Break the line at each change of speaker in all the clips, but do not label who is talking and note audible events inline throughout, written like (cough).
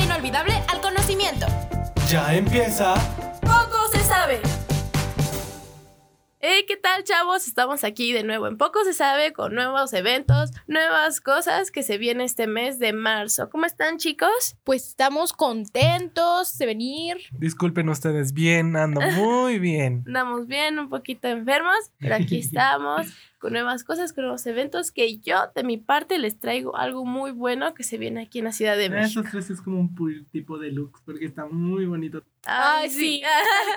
inolvidable al conocimiento.
Ya empieza.
Poco se sabe. Hey, ¿qué tal, chavos? Estamos aquí de nuevo en Poco se sabe con nuevos eventos, nuevas cosas que se vienen este mes de marzo. ¿Cómo están, chicos?
Pues estamos contentos de venir.
Disculpen ustedes bien, ando muy bien.
Andamos bien, un poquito enfermos, pero aquí estamos con nuevas cosas, con nuevos eventos que yo de mi parte les traigo algo muy bueno que se viene aquí en la Ciudad de México.
Esos tres es como un pu- tipo de looks porque está muy bonito.
Ay, sí.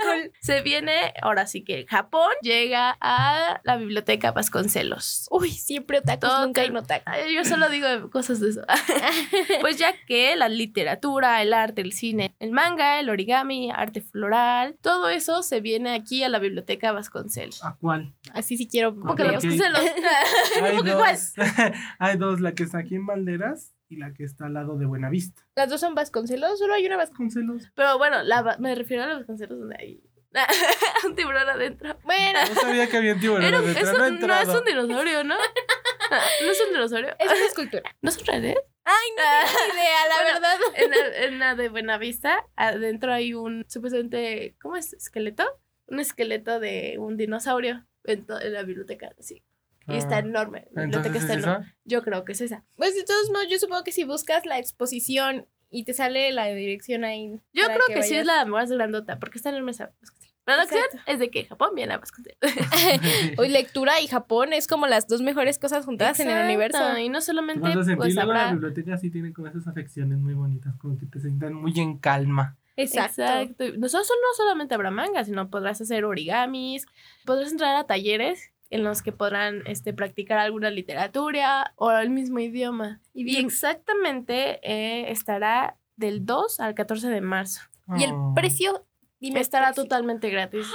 Cool. (laughs) Se viene, ahora sí que Japón llega a la biblioteca Vasconcelos.
Uy, siempre otakus,
Todo
nunca
que-
inotakus.
Ay, yo solo digo cosas de eso. (laughs) pues ya que la literatura, el arte, el cine, el manga, el origami, arte floral, todo eso se viene aquí a la biblioteca Vasconcelos.
¿A
(laughs)
cuál?
Así sí quiero
Como que la
ver.
(laughs)
Ok.
Vasconcelos.
Hay
Como que cuál.
dos. (laughs) Hay dos, la que está aquí en Valderas y la que está al lado de Buenavista.
Las dos son Vasconcelos, solo hay una Vasconcelos.
Con celos.
Pero bueno, la va- me refiero a los Vasconcelos donde hay (laughs) un tiburón adentro.
Bueno,
No sabía que había un tiburón
Era-
adentro,
es
no he
un- no es
entrado.
un dinosaurio, ¿no? No es un dinosaurio.
es una escultura.
¿No es un red?
Ay, no tengo ni idea,
Bueno,
la verdad.
en la, en la de Buenavista, adentro hay un supuestamente, ¿cómo es? ¿Esqueleto? Un esqueleto de un dinosaurio en, to- en la biblioteca, sí. Y está
Ah,
enorme. La biblioteca
Entonces,
está
¿es
enorme.
esa?
Yo creo que es esa.
Pues de todos modos, yo supongo que si buscas la exposición y te sale la dirección ahí.
Yo
para
creo que, sí es
vayas.
la más grandota, porque está enorme esa Vasconcelos. Pero la acción es de que Japón viene a Vasconcelos.
(laughs) Hoy lectura y Japón es como las dos mejores cosas juntadas en el universo.
Exacto, Y no
Te
solamente
vas a sentir
pues
luego la
habrá...
biblioteca sí tiene como esas afecciones muy bonitas, como que te sientan muy en calma.
Exacto.
Exacto. No, so- so- no solamente habrá manga, sino podrás hacer origamis, podrás entrar a talleres en los que podrán este, practicar alguna literatura o el mismo idioma. Y,
bien-
exactamente eh, estará del 2 al 14 de marzo.
Y el
Ah.
Oh.
precio, dime.
estará (gasps)
precio.
totalmente gratis.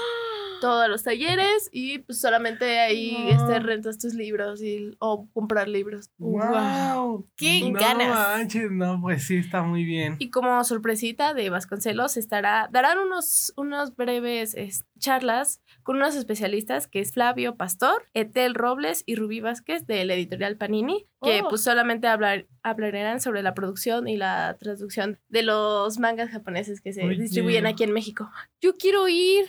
Todos los talleres y pues, solamente ahí
No.
este, rentas tus libros y, o comprar libros.
¡Wow!
¡Qué
no
ganas!
manches, no, pues sí, está muy bien.
Y como sorpresita de Vasconcelos estará, darán unos, unos breves es, charlas con unos especialistas que es Flavio Pastor, Etel Robles y Rubí Vázquez de la editorial Panini, que
Oh.
pues solamente hablar, hablarán sobre la producción y la traducción de los mangas japoneses que se
Oye.
distribuyen aquí en México. Yo quiero ir.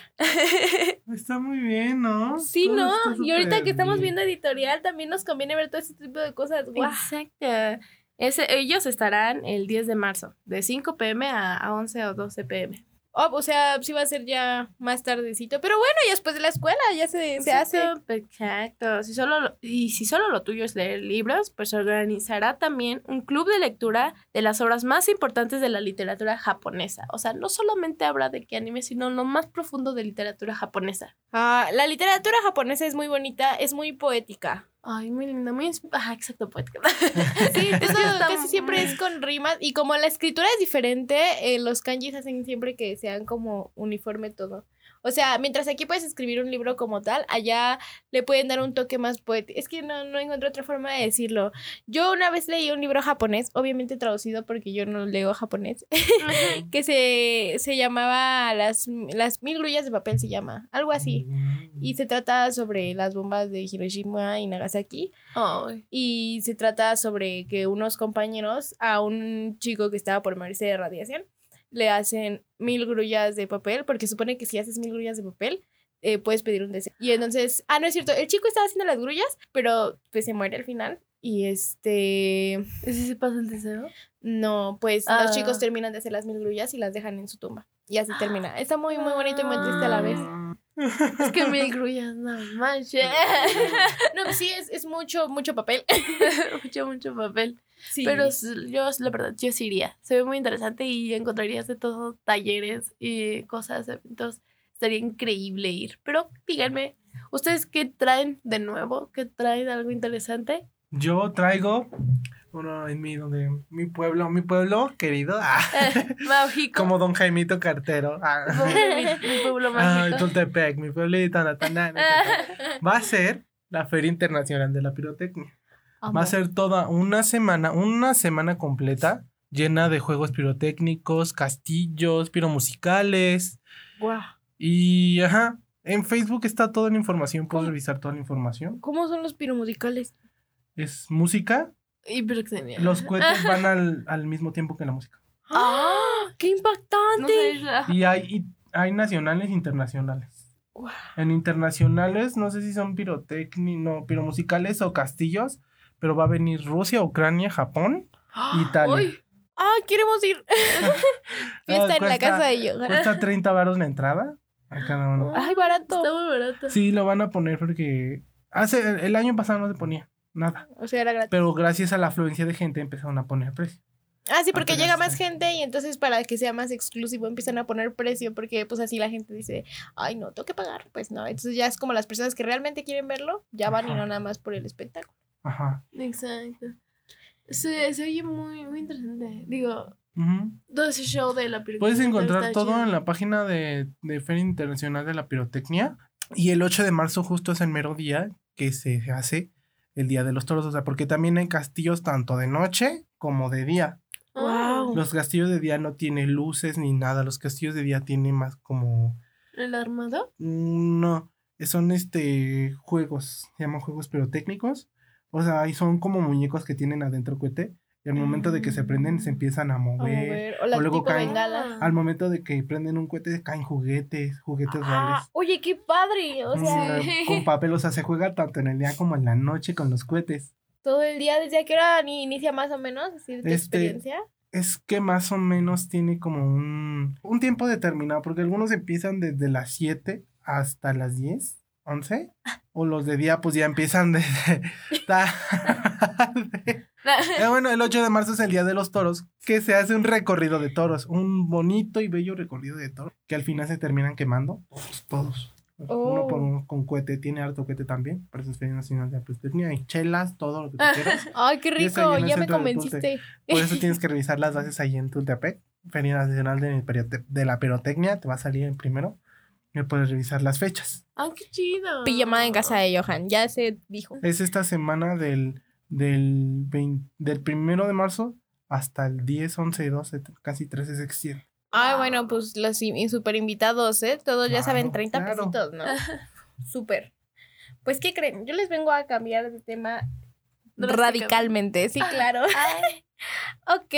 Está muy bien, ¿no?
Sí,
Todo
¿no?
Ah, está
Y ahorita
súper
que estamos
bien.
viendo editorial, también nos conviene ver todo ese tipo de cosas. ¡Guau!
Exacto. Ese- ellos estarán el 10 de marzo, de 5 pm a, a 11 o 12 pm.
Oh, o sea, sí va a ser ya más tardecito. Pero bueno, ya después de la escuela ya se, se hace.
Exacto, Exacto. Si solo lo- y si solo lo tuyo es leer libros, pues se organizará también un club de lectura de las obras más importantes de la literatura japonesa. O sea, no solamente habrá de qué anime, sino lo más profundo de literatura japonesa.
Ah, la literatura japonesa es muy bonita, es muy poética.
Ay, muy linda, muy... ins- Ah, exacto, (laughs) poética. (laughs)
Sí, eso
está
casi siempre es con rimas. Y como la escritura es diferente, eh, los kanjis hacen siempre que sean como uniforme todo. O sea, mientras aquí puedes escribir un libro como tal, allá le pueden dar un toque más poético. Es que no, no encuentro otra forma de decirlo. Yo una vez leí un libro japonés, obviamente traducido porque yo no leo japonés, que se, se llamaba las, las Mil Grullas de Papel, se llama, algo así.
Mm.
Y se trata sobre las bombas de Hiroshima y Nagasaki.
Ay.
Y se trata sobre que unos compañeros a un chico que estaba por morirse de radiación le hacen mil grullas de papel, porque supone que si haces mil grullas de papel, eh, puedes pedir un deseo. Y entonces, ah, no es cierto, el chico estaba haciendo las grullas, pero pues se muere al final. Y este,
¿Ese se pasa el deseo?
no, pues
Ah.
los chicos terminan de hacer las mil grullas y las dejan en su tumba. Y así termina. Está muy, muy bonito y muy triste a la vez.
Ah.
Es que mil grullas, no (laughs) manches.
No, pues sí, es, es mucho, mucho papel.
mucho, mucho papel.
Sí.
Pero s- yo, la verdad, yo sí iría. Se ve muy interesante y encontrarías de todo talleres y cosas, eventos. Sería increíble ir. Pero díganme, ¿ustedes qué traen de nuevo? ¿Qué traen algo interesante?
(laughs) Yo traigo, bueno, en mi, donde, mi pueblo, mi pueblo querido, (laughs) ah,
(laughs) mágico.
como don Jaimito Cartero, ah,
Pobre, (laughs) mi, mi pueblo
ah,
mágico.
Tultepec, mi pueblito, Natanán,
(laughs)
va a ser la Feria Internacional de la Pirotecnia. Va a ser toda una semana, una semana completa llena de juegos pirotécnicos, castillos, piromusicales
Guau.
y, ajá, en Facebook está toda la información, puedes revisar toda la información.
¿Cómo son los piromusicales?
Es música,
Hiperexemia.
(laughs)
los cohetes van al, al mismo tiempo que la música.
(gasps) ¡Ah! ¡Qué impactante!
No
(gasps)
sé, ah,
Y hay, y hay nacionales e internacionales.
Guau.
En internacionales, no sé si son pirotecni, no, piromusicales o castillos, pero va a venir Rusia, Ucrania, Japón, Italia. Ah,
uy,
¡Ah! ¡Queremos ir! (laughs) Fiesta en la
cuesta-
casa de yo.
Cuesta 30 varos la entrada a cada uno.
(laughs) ¡Ay, barato!
está muy barato.
Sí, lo van a poner porque hace el- el año pasado no se ponía nada,
O sea, era gratis.
pero gracias a la afluencia de gente empezaron a poner precio.
Ah, sí, porque
Apenas
llega más
está.
gente y entonces para que sea más exclusivo empiezan a poner precio porque pues así la gente dice, ay, no, tengo que pagar. Pues no, entonces ya es como las personas que realmente quieren verlo, ya van y
Ajá.
no nada más por el espectáculo.
Ajá.
Exacto. Se, se oye muy, muy interesante. Digo,
Ujú.
todo ese show de la película.
Puedes encontrar
está
todo
chido.
en la página de, de Feria Internacional de la Pirotecnia. Y el 8 de marzo justo es el mero día que se hace el Día de los Toros. O sea, porque también hay castillos tanto de noche como de día.
Ah,
Wow.
Los castillos de día no tienen luces ni nada. Los castillos de día tienen más como...
¿El armado?
mm, No, son este juegos. Se llaman juegos pirotécnicos. O sea, ahí son como muñecos que tienen adentro cohete. Y al momento de que se prenden
Mm.
se empiezan
Oh,
a
A
mover.
mover, o la
o luego
tipo
caen.
bengala.
Ah.
Al momento de que prenden un cohete, caen juguetes, juguetes
Ah,
reales.
oye, qué padre. O sea, (laughs)
Mm,
sí.
Con papel, o sea, se juega tanto en el día como en la noche con los cohetes.
todo el día, desde que hora ni inicia más o menos, así de tu
Este-
experiencia.
Es que más o menos tiene como un, un tiempo determinado, porque algunos empiezan desde las 7 hasta las 10, 11. O los de día, pues ya empiezan (laughs) desde tarde.
(laughs)
Eh, bueno, el 8 de marzo es el Día de los Toros, que se hace un recorrido de toros, un bonito y bello recorrido de toros, que al final se terminan quemando todos. todos. Uno
Oh.
por uno con cohete, tiene harto cohete también, para eso es Feria Nacional de la Pirotecnia, hay chelas, todo lo que tú
(laughs)
quieras.
Ay, qué
y eso ahí
rico,
en el
ya me
centro del Ponte.
convenciste.
Por eso tienes que revisar las bases ahí en Tultepec, Feria Nacional de, Pirote- de la Pirotecnia, te va a salir el primero, y puedes revisar las fechas.
Ah, qué chido.
Pijamada en casa de Johan, ya se dijo.
Es esta semana del, del, 20 del primero de marzo hasta el 10, 11, 12, casi 13 se extiende.
Ay, bueno, pues los in- in- super invitados, ¿eh? Todos ya saben,
Claro,
30
claro.
pesitos, ¿no? (laughs) Súper. Pues, ¿qué creen? Yo les vengo a cambiar de tema
Drásticamente.
radicalmente, sí, claro. (laughs) ok,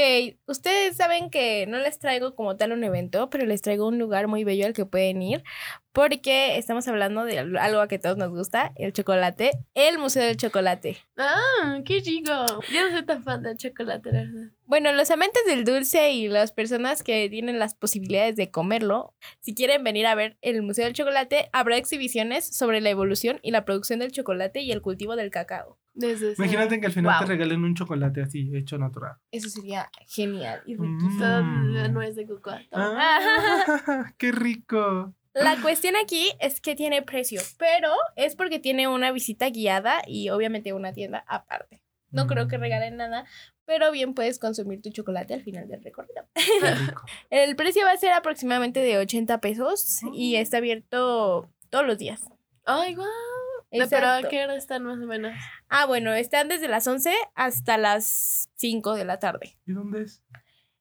ustedes saben que no les traigo como tal un evento, pero les traigo un lugar muy bello al que pueden ir, porque estamos hablando de al- algo que a todos nos gusta, el chocolate, el Museo del Chocolate.
Ah, qué chido. Yo no soy tan fan del chocolate, la verdad.
Bueno, los amantes del dulce y las personas que tienen las posibilidades de comerlo, si quieren venir a ver el Museo del Chocolate, habrá exhibiciones sobre la evolución y la producción del chocolate y el cultivo del cacao.
Desde ese-
Imagínate que al final
Wow.
te regalen un chocolate así, hecho natural.
Eso sería genial y
Mm.
riquísimo.
Toda
Mm.
la nuez de cocoa.
Oh. (laughs)
Ah, ¡Qué rico!
La cuestión aquí es que tiene precio, pero es porque tiene una visita guiada y obviamente una tienda aparte. No creo que
Mm,
regalen nada, pero bien puedes consumir tu chocolate al final del recorrido.
qué rico.
El precio va a ser aproximadamente de 80 pesos y está abierto todos los días.
Ay, guau. Ah, No, Pero
Exacto.
¿a qué hora están más o menos?
Ah, bueno, están desde las 11 hasta las 5 de la tarde.
¿Y dónde es?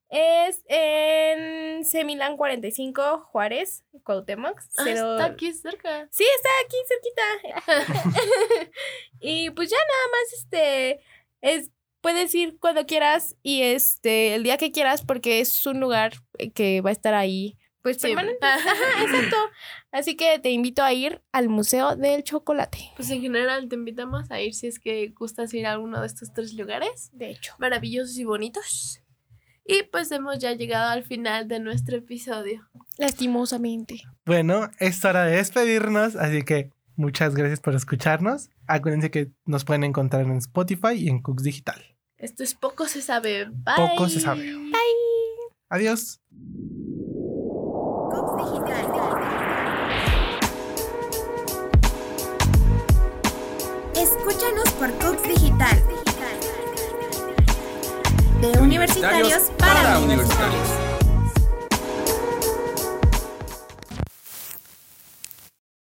Es en Semilán 45, Juárez, Cuauhtémoc.
Ah,
cero-
Está aquí cerca.
Sí, está aquí cerquita. (laughs) y pues ya nada más, este, es, puedes ir cuando quieras y este, el día que quieras porque es un lugar eh, que va a estar ahí. Pues
Siempre.
permanente. Ajá, exacto. Así que te invito a ir al Museo del Chocolate.
Pues en general te invitamos a ir si es que gustas ir a alguno de estos tres lugares
De hecho.
maravillosos y bonitos. Y pues hemos ya llegado al final de nuestro episodio.
Lastimosamente.
Bueno, es hora de despedirnos, así que muchas gracias por escucharnos. Acuérdense que nos pueden encontrar en Spotify y en Cooks Digital.
Esto es poco se sabe. Bye.
Poco se sabe. Adiós.
Escúchanos por Cooks Digital. De universitarios para universitarios.